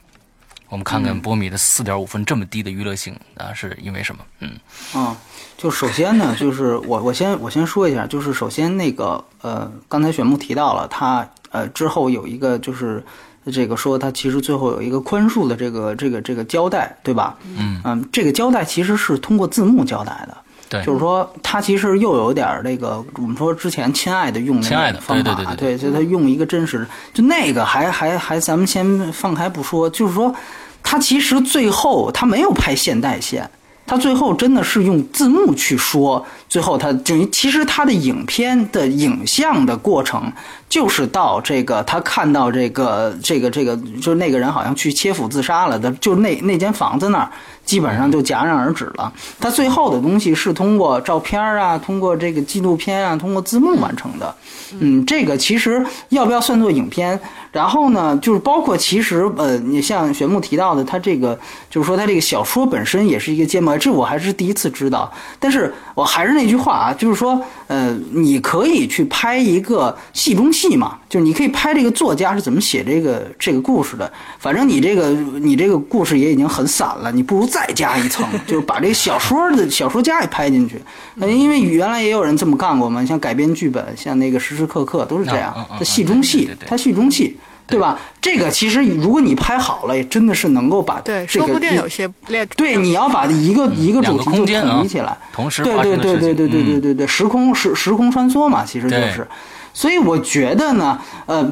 Speaker 1: 我们看看
Speaker 2: 嗯
Speaker 1: 波米的四点五分这么低的娱乐性啊，是因为什么？嗯
Speaker 2: 啊，就首先呢，就是我我先我先说一下，就是首先那个呃，刚才选木提到了他呃之后有一个就是这个说他其实最后有一个宽恕的这个这个这个交代，对吧？嗯这个交代其实是通过字幕交代的。
Speaker 1: 对
Speaker 2: 就是说，他其实又有点儿那个，我们说之前“亲爱的”用那
Speaker 1: 亲爱的
Speaker 2: 个方法，啊
Speaker 1: 对对对
Speaker 2: 对，就他用一个真实，就那个还还还，咱们先放开不说，就是说，他其实最后他没有拍现代线，他最后真的是用字幕去说，最后他就其实他的影片的影像的过程，就是到这个他看到这个这个这个，就是那个人好像去切腹自杀了的，就那那间房子那儿，基本上就戛然而止了。他最后的东西是通过照片啊，通过这个纪录片啊，通过字幕完成的。嗯，这个其实要不要算作影片？然后呢，就是包括其实呃，你像玄牧提到的，他这个就是说他这个小说本身也是一个揭幕，这我还是第一次知道。但是我还是那句话啊，就是说呃，你可以去拍一个戏中戏嘛，就是你可以拍这个作家是怎么写这个这个故事的。反正你这个你这个故事也已经很散了，你不如再加一层， 就是把这个小说的小说家也拍进去。呃，因为原来也有人这么干过嘛，像改编剧本，像那个时时刻刻都是这样
Speaker 1: 嗯嗯嗯，
Speaker 2: 它戏中戏
Speaker 1: 对对对，对
Speaker 2: 它戏中戏。对吧？这个其实，如果你拍好了，也真的是能够把
Speaker 3: 对，
Speaker 2: 这
Speaker 3: 说
Speaker 2: 个
Speaker 3: 不定有些列
Speaker 2: 对，你要把一个一个
Speaker 1: 嗯两
Speaker 2: 主
Speaker 1: 个
Speaker 2: 题
Speaker 1: 空
Speaker 2: 就
Speaker 1: 间啊
Speaker 2: 统一起来，
Speaker 1: 同时
Speaker 2: 对
Speaker 1: 发生
Speaker 2: 对
Speaker 1: 的
Speaker 2: 对
Speaker 1: 事情
Speaker 2: 对对对
Speaker 1: 嗯
Speaker 2: 对对对，时空时时空穿梭嘛，其实就
Speaker 1: 对
Speaker 2: 是。所以我觉得呢，呃，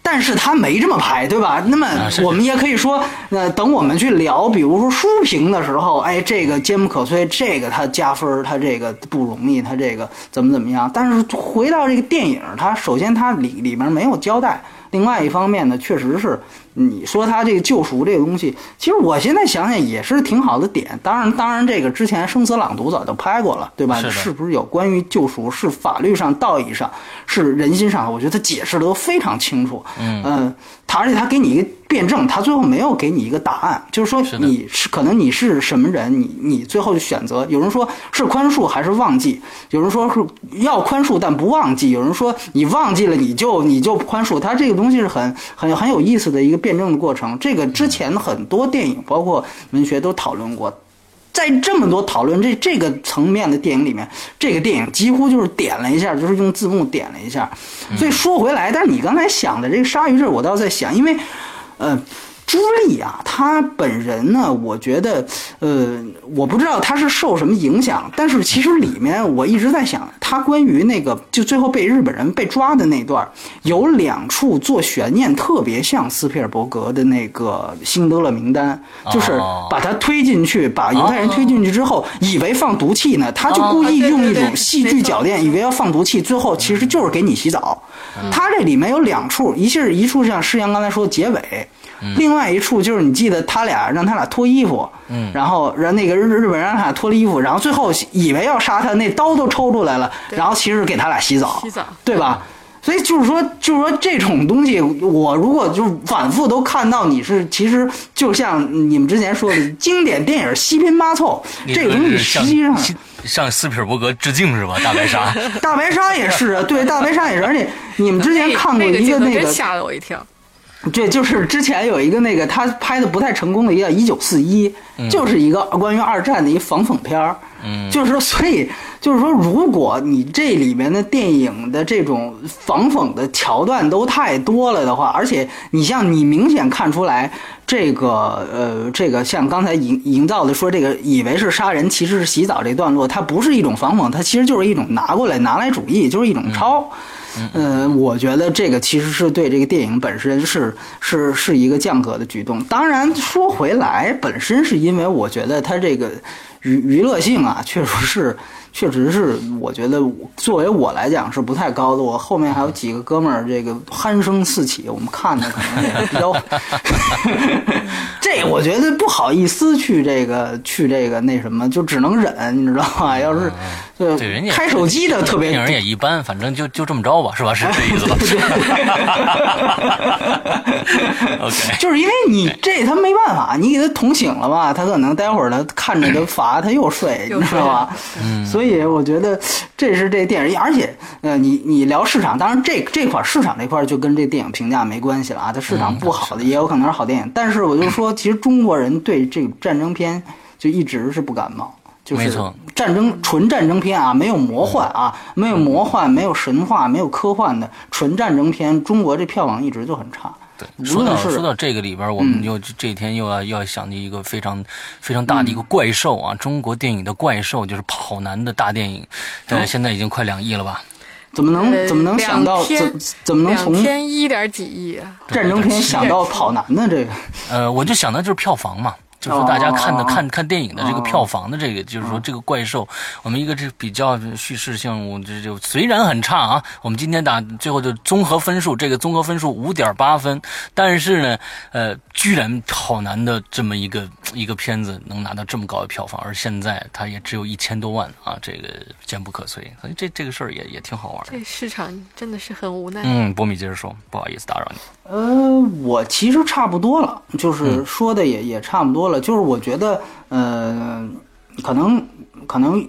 Speaker 2: 但是他没这么拍，对吧？那么
Speaker 1: 啊是
Speaker 2: 我们也可以说，那、等我们去聊，比如说书评的时候，哎，这个坚不可摧，这个他加分儿，他这个不容易，他这个怎么怎么样？但是回到这个电影，它首先它里里面没有交代。另外一方面呢，确实是你说他这个救赎这个东西，其实我现在想想也是挺好的点。当然，当然这个之前生死朗读早就拍过了，对吧？
Speaker 1: 是的
Speaker 2: 是不是有关于救赎？是法律上、道义上，是人心上？我觉得他解释的都非常清楚。嗯、呃，他而且他给你一个辩证，他最后没有给你一个答案，就是说你是可能你是什么人，你你最后选择，有人说是宽恕还是忘记，有人说是要宽恕但不忘记，有人说你忘记了你就你就宽恕，他这个东西是很很很有意思的一个辩证的过程，这个之前很多电影包括文学都讨论过。在这么多讨论这这个层面的电影里面，这个电影几乎就是点了一下，就是用字幕点了一下。所以说回来，但是你刚才想的这个鲨鱼，这我倒在想，因为，呃，朱莉啊，她本人呢，我觉得，呃，我不知道她是受什么影响，但是其实里面我一直在想，她关于那个就最后被日本人被抓的那段，有两处做悬念，特别像斯皮尔伯格的那个《辛德勒名单》，就是把他推进去，把犹太人推进去之后，以为放毒气呢，他就故意用一种戏剧脚垫，以为要放毒气，最后其实就是给你洗澡。他这里面有两处，一是一处像施阳刚才说的结尾。另外一处就是你记得他俩让他俩脱衣服，嗯，然后让那个日日本人让他俩脱了衣服，然后最后以为要杀他，那刀都抽出来了，然后其实给他俩洗澡，
Speaker 3: 洗澡，
Speaker 2: 对吧？所以就是说，就是说这种东西，我如果就反复都看到你是，其实就像你们之前说的，经典电影七拼八凑，嗯这个东西实际上
Speaker 1: 向斯皮尔伯格致敬 是吧？大白鲨，
Speaker 2: 大白鲨也是，对，大白鲨也是，而且你们之前看过一
Speaker 3: 个
Speaker 2: 那
Speaker 3: 个，真吓了我一跳。
Speaker 2: 这就是之前有一个那个他拍的不太成功的一个《一九四一》，就是一个关于二战的一个反讽片儿。嗯，就是说，所以就是说，如果你这里面的电影的这种反讽的桥段都太多了的话，而且你像你明显看出来这个呃，这个像刚才营营造的说这个以为是杀人，其实是洗澡这段落，它不是一种反讽，它其实就是一种拿过来拿来主义，就是一种抄。嗯、呃，我觉得这个其实是对这个电影本身是是是一个降格的举动。当然说回来，本身是因为我觉得它这个娱娱乐性啊，确实是确实是，我觉得作为我来讲是不太高的。我后面还有几个哥们儿这个鼾声四起，我们看的可能也比 较，这我觉得不好意思去这个去这个那什么，就只能忍，你知道吗？要是。
Speaker 1: 嗯对，人家
Speaker 2: 开手机的特别，
Speaker 1: 电影也一般，反正就就这么着吧，是吧？是这意思吧 ？OK，
Speaker 2: 就是因为你这他没办法，你给他捅醒了吧，他可能待会儿他看着他乏，他又睡，你知道吧？嗯，所以我觉得这是这电影，而且呃，你你聊市场，当然这这块市场这块就跟这电影评价没关系了啊，它市场不好的也有可能是好电影，但是我就说，其实中国人对这个战争片就一直是不感冒。就是战争纯战争片啊，没有魔幻啊，没有魔幻，没有神话，没有科幻的纯战争片，中国这票房一直就很差。
Speaker 1: 对，说到说到这个里边，我们又、嗯、这天又要要想起一个非常非常大的一个怪兽啊，嗯、中国电影的怪兽就是跑男的大电影，呃、嗯，现在已经快两亿了吧。
Speaker 2: 怎么能怎么能想到怎怎么能从
Speaker 3: 天一点几亿啊
Speaker 2: 战争片想到跑男呢？这个
Speaker 1: 呃，我就想到就是票房嘛。就是
Speaker 2: 哦
Speaker 1: 大家看的看看电影的这个票房的这个，就是说这个怪兽，我们一个这比较叙事性，我这就虽然很差啊，我们今天打最后的综合分数，这个综合分数五点八分，但是呢，呃，居然好难的这么一个一个片子能拿到这么高的票房，而现在它也只有一千多万啊，这个坚不可摧，所以这这个事儿也也挺好玩。
Speaker 3: 这市场真的是很无奈。
Speaker 1: 嗯，波米接着说，不好意思打扰你。
Speaker 2: 呃，我其实差不多了，就是说的也、嗯、也差不多了，就是我觉得，呃，可能可能，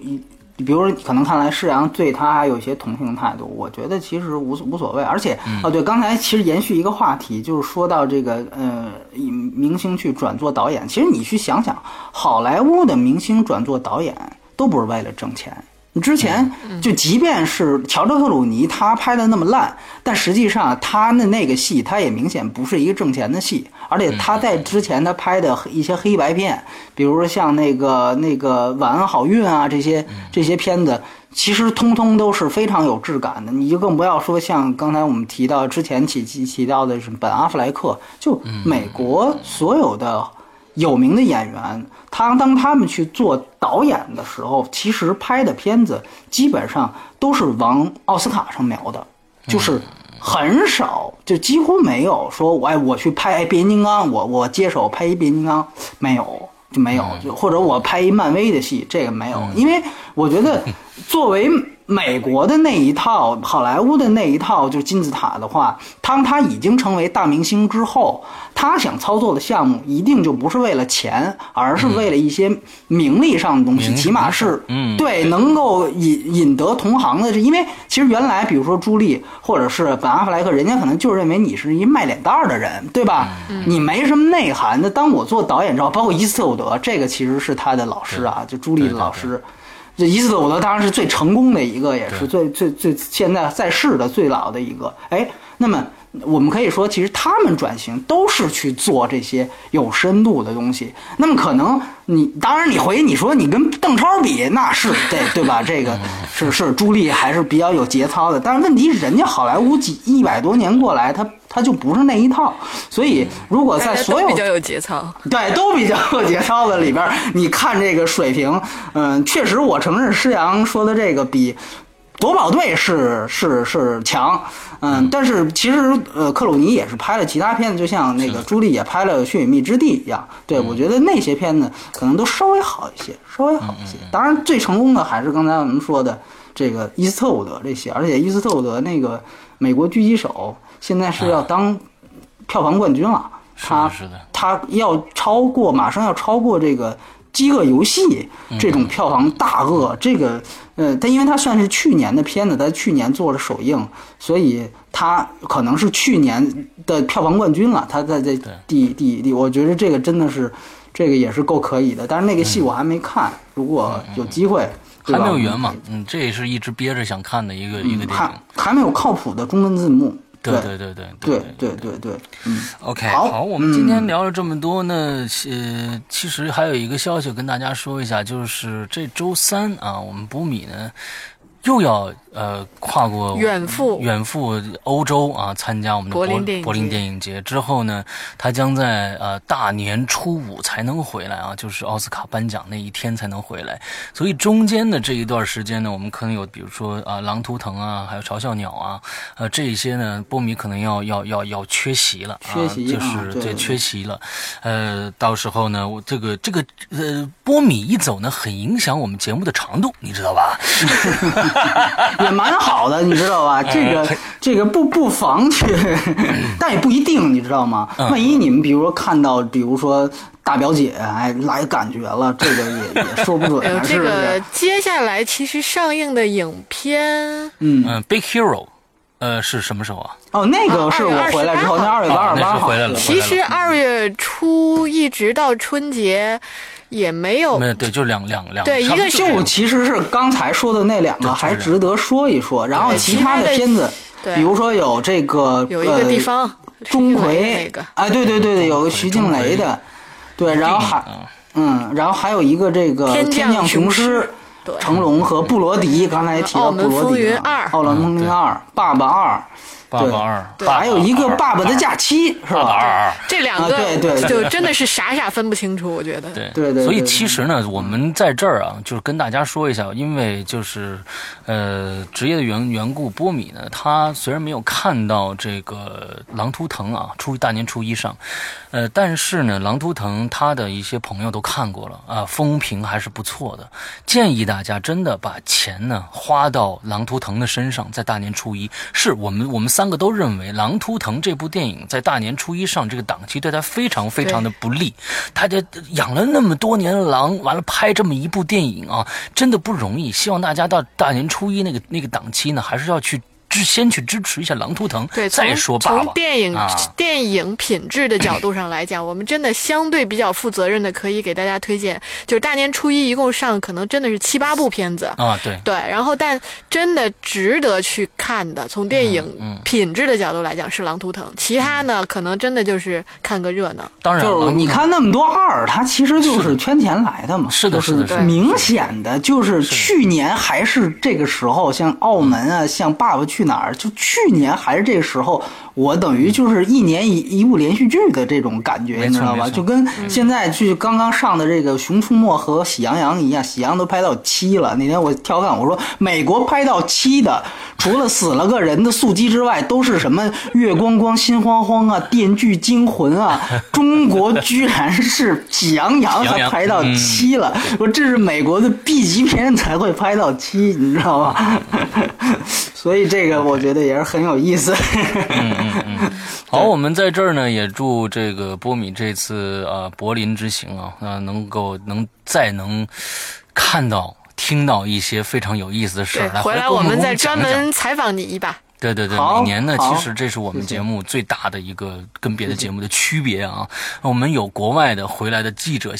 Speaker 2: 比如可能看来世阳对他还有一些同情态度，我觉得其实无无所谓，而且、嗯、啊，对，刚才其实延续一个话题，就是说到这个呃，明星去转做导演，其实你去想想，好莱坞的明星转做导演都不是为了挣钱。你之前就，即便是乔治克鲁尼他拍的那么烂，但实际上他的那个戏，他也明显不是一个挣钱的戏，而且他在之前他拍的一些黑白片，比如说像那个那个《晚安好运》啊这些这些片子。其实通通都是非常有质感的，你就更不要说像刚才我们提到之前提提到的什么本阿弗莱克，就美国所有的有名的演员，他当他们去做导演的时候，其实拍的片子基本上都是往奥斯卡上瞄的，就是很少，就几乎没有说我哎我去拍变形金刚，我我接手拍一变形金刚，没有。就没有，就或者我拍一漫威的戏，这个没有，因为我觉得作为美国的那一套，好莱坞的那一套，就是金字塔的话，当他已经成为大明星之后，他想操作的项目一定就不是为了钱，而是为了一些嗯名利上的东西，
Speaker 1: 名
Speaker 2: 起码是，
Speaker 1: 嗯
Speaker 2: 对，能够引引得同行的，因为其实原来比如说朱莉或者是本阿弗莱克，人家可能就认为你是一卖脸蛋儿的人，对吧？你没什么内涵的。当我做导演之后，包括伊斯特伍德，这个其实是他的老师啊，就朱莉的老师。这伊斯特伍德当然是最成功的一个，也是最最最现在在世的最老的一个。哎，那么我们可以说，其实他们转型都是去做这些有深度的东西。那么可能你当然你回你说你跟邓超比，那是对对吧？这个是是朱莉还是比较有节操的，但是问题是人家好莱坞几一百多年过来，他他就不是那一套。所以如果在
Speaker 3: 大家
Speaker 2: 所
Speaker 3: 都
Speaker 2: 有
Speaker 3: 比较有节操。
Speaker 2: 对，都比较有节操的里边儿，你看这个水平，嗯，确实我承认施洋说的这个比夺宝队是是是强，嗯，但是其实呃，克鲁尼也是拍了其他片子，就像那个朱莉也拍了《血与蜜之地》一样，对
Speaker 1: 嗯
Speaker 2: 我觉得那些片子可能都稍微好一些，稍微好一
Speaker 1: 嗯
Speaker 2: 些。当然，最成功的还是刚才我们说的这个伊斯特伍德这些，而且伊斯特伍德那个美国狙击手现在是要当票房冠军了。
Speaker 1: 啊是
Speaker 2: 他
Speaker 1: 的，是的，
Speaker 2: 它要超过，马上要超过这个《饥饿游戏》这种票房大鳄。这个，呃，它因为它算是去年的片子，它去年做了首映，所以它可能是去年的票房冠军了。它在这第第第，我觉得这个真的是，这个也是够可以的。但是那个戏我还没看，如果有机会，对
Speaker 1: 还
Speaker 2: 吧嗯
Speaker 1: 没有圆嘛。嗯，这也是一直憋着想看的一个一个电
Speaker 2: 还
Speaker 1: 影。
Speaker 2: 还没有靠谱的中文字幕。
Speaker 1: 对
Speaker 2: 对
Speaker 1: 对对对
Speaker 2: 对对对，嗯，
Speaker 1: OK，
Speaker 2: 好
Speaker 1: 我们今天聊了这么多呢，呃，其实还有一个消息跟大家说一下，就是这周三啊，我们补米呢又要呃跨过
Speaker 3: 远赴
Speaker 1: 远赴欧洲啊，参加我们的柏
Speaker 3: 柏林电影节
Speaker 1: 柏林电影节之后呢，他将在呃大年初五才能回来啊，就是奥斯卡颁奖那一天才能回来。所以中间的这一段时间呢，我们可能有比如说啊、狼图腾啊，还有嘲笑鸟啊，呃这一些呢，波米可能要要要要缺席了啊，
Speaker 2: 缺席
Speaker 1: 就是、
Speaker 2: 啊对
Speaker 1: 对缺席了。呃，到时候呢，我这个这个呃波米一走呢，很影响我们节目的长度，你知道吧？
Speaker 2: 也
Speaker 1: 哎
Speaker 2: 蛮好的，你知道吧？这个这个不不妨去，
Speaker 1: 嗯
Speaker 2: 但也不一定，你知道吗？万一你们比如说看到，比如说大表姐哎来感觉了，这个也也说不 准，啊
Speaker 3: 呃，
Speaker 2: 是
Speaker 3: 这
Speaker 2: 不
Speaker 3: 个
Speaker 2: 是？
Speaker 3: 接下来其实上映的影片，
Speaker 1: 嗯、b i g Hero，呃是什么时候啊？
Speaker 2: 哦，那个是我回来之后，那二月八
Speaker 1: 啊
Speaker 2: 十
Speaker 1: 那
Speaker 2: 八
Speaker 1: 是
Speaker 2: 号
Speaker 1: 回来了，
Speaker 3: 其实二月初一直到春节也没有
Speaker 1: 没有对，就两两两，
Speaker 3: 哦对
Speaker 1: 差不多
Speaker 3: 一个
Speaker 1: 这样
Speaker 2: 就其实是刚才说的那两个，还值得说一说。然后其他的片子，
Speaker 3: 对
Speaker 2: 比如说有这个
Speaker 3: 有一个地
Speaker 2: 呃、
Speaker 3: 方，
Speaker 2: 钟
Speaker 3: 那
Speaker 2: 馗
Speaker 3: 个，
Speaker 2: 哎，对对对对，有个徐静蕾
Speaker 1: 嗯钟
Speaker 2: 的，对，然后
Speaker 3: 啊
Speaker 2: 还
Speaker 1: 嗯
Speaker 2: 嗯，然后还有一个这个
Speaker 3: 天降
Speaker 2: 降
Speaker 3: 雄
Speaker 2: 雄
Speaker 3: 狮
Speaker 2: 狮。
Speaker 3: 对，嗯
Speaker 2: 成龙和布罗迪，刚才也提到布
Speaker 3: 澳门
Speaker 2: 罗
Speaker 3: 风
Speaker 2: 迪
Speaker 3: 云
Speaker 2: 了
Speaker 3: 二
Speaker 2: 《奥兰风云
Speaker 1: 嗯
Speaker 2: 二》《爸爸二
Speaker 1: 爸
Speaker 2: 对
Speaker 1: 爸二，》，爸爸
Speaker 2: 还有一个
Speaker 1: 二
Speaker 2: 《爸爸的假期》，是
Speaker 1: 爸爸
Speaker 2: 吧？
Speaker 1: 二。
Speaker 3: 这两
Speaker 2: 啊
Speaker 3: 个
Speaker 2: 对对对
Speaker 3: 就真的是傻傻分不 清楚，我觉得。
Speaker 1: 对
Speaker 2: 对对
Speaker 1: 所以
Speaker 2: 对
Speaker 1: 其
Speaker 2: 对
Speaker 1: 实呢，我们在这儿啊，就是跟大家说一下，因为就是，呃，职业的缘缘故，波米呢，他虽然没有看到这个《狼图腾》啊，初大年初一上，呃，但是呢，《狼图腾》他的一些朋友都看过了啊，风评还是不错的，建议大家真的把钱呢花到《狼图腾》的身上，在大年初一，是我们我们三个都认为《狼图腾》这部电影在大年初一上这个档期对他非常非常的不利。他这养了那么多年的狼，完了拍这么一部电影啊，真的不容易。希望大家到大年初一那个那个档期呢，还是要去支先去支持一下《狼图腾》，
Speaker 3: 对，从
Speaker 1: 再说爸
Speaker 3: 从
Speaker 1: 爸。
Speaker 3: 电影、
Speaker 1: 啊
Speaker 3: 电影品质的角度上 来讲，我们真的相对比较负责任的，可以给大家推荐，就是大年初一一共上可能真的是七八部片子。
Speaker 1: 啊，对，
Speaker 3: 对，然后但真的值得去看的，从
Speaker 1: 嗯
Speaker 3: 电影品质的角度来讲是《狼图腾》，其他呢可能真的就是看个热闹。
Speaker 1: 当然
Speaker 2: 就是
Speaker 1: 了，
Speaker 2: 你看那么多二，它其实就是圈钱来的嘛，
Speaker 1: 是的
Speaker 2: 就是
Speaker 1: 的是的
Speaker 2: 明显的，就是去年还是这个时候，像澳门啊，像《爸爸去哪儿》，就去年还是这个时候，我等于就是一年一一部连续剧的这种感觉，
Speaker 1: 没错
Speaker 2: 你知道吧？
Speaker 1: 没错
Speaker 2: 就跟现在去刚刚上的这个《熊出没》和《喜羊羊》一样，《喜羊羊》都拍到七了。那天我调侃我说，美国拍到七的，除了死了个人的速激之外，都是什么月光光、心慌慌啊、电锯惊魂啊。中国居然是喜羊羊才拍到七了，我这是美国的 B 级片才会拍到七，你知道吗？所以这个我觉得也是很有意思。
Speaker 1: 嗯嗯嗯，好，我们在这儿呢也祝这个波米这次啊、呃柏林之行啊，啊、能够能再能看到。听到一些非常有意思的事
Speaker 3: 对
Speaker 1: 儿，，来
Speaker 3: 回
Speaker 1: 来
Speaker 3: 来
Speaker 1: 给
Speaker 3: 我
Speaker 1: 我
Speaker 3: 们
Speaker 1: 给
Speaker 3: 再
Speaker 1: 们讲
Speaker 3: 专
Speaker 1: 一讲
Speaker 3: 门采访你一把。
Speaker 1: 对对对，
Speaker 2: 好
Speaker 1: 每年呢，
Speaker 2: 好
Speaker 1: 其实这是我们节目最大的一个跟别的节目的区别啊。我们有国外的回来的记者，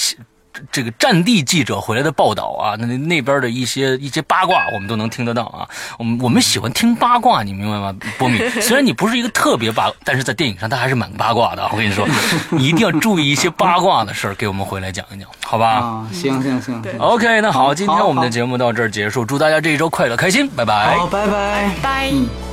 Speaker 1: 这个战地记者回来的报道啊，那那边的一些一些八卦我们都能听得到啊。我们我们喜欢听八卦，你明白吗，波米？虽然你不是一个特别八，但是在电影上他还是蛮八卦的啊。我跟你说，你一定要注意一些八卦的事儿，给我们回来讲一讲，好吧
Speaker 2: 啊，行行行，
Speaker 3: 对
Speaker 1: ？OK，那好，今天我们
Speaker 2: 好
Speaker 1: 的节目到这儿结束，祝大家这一周快乐开心，拜拜。
Speaker 2: 好，拜拜。
Speaker 3: 拜。
Speaker 2: 嗯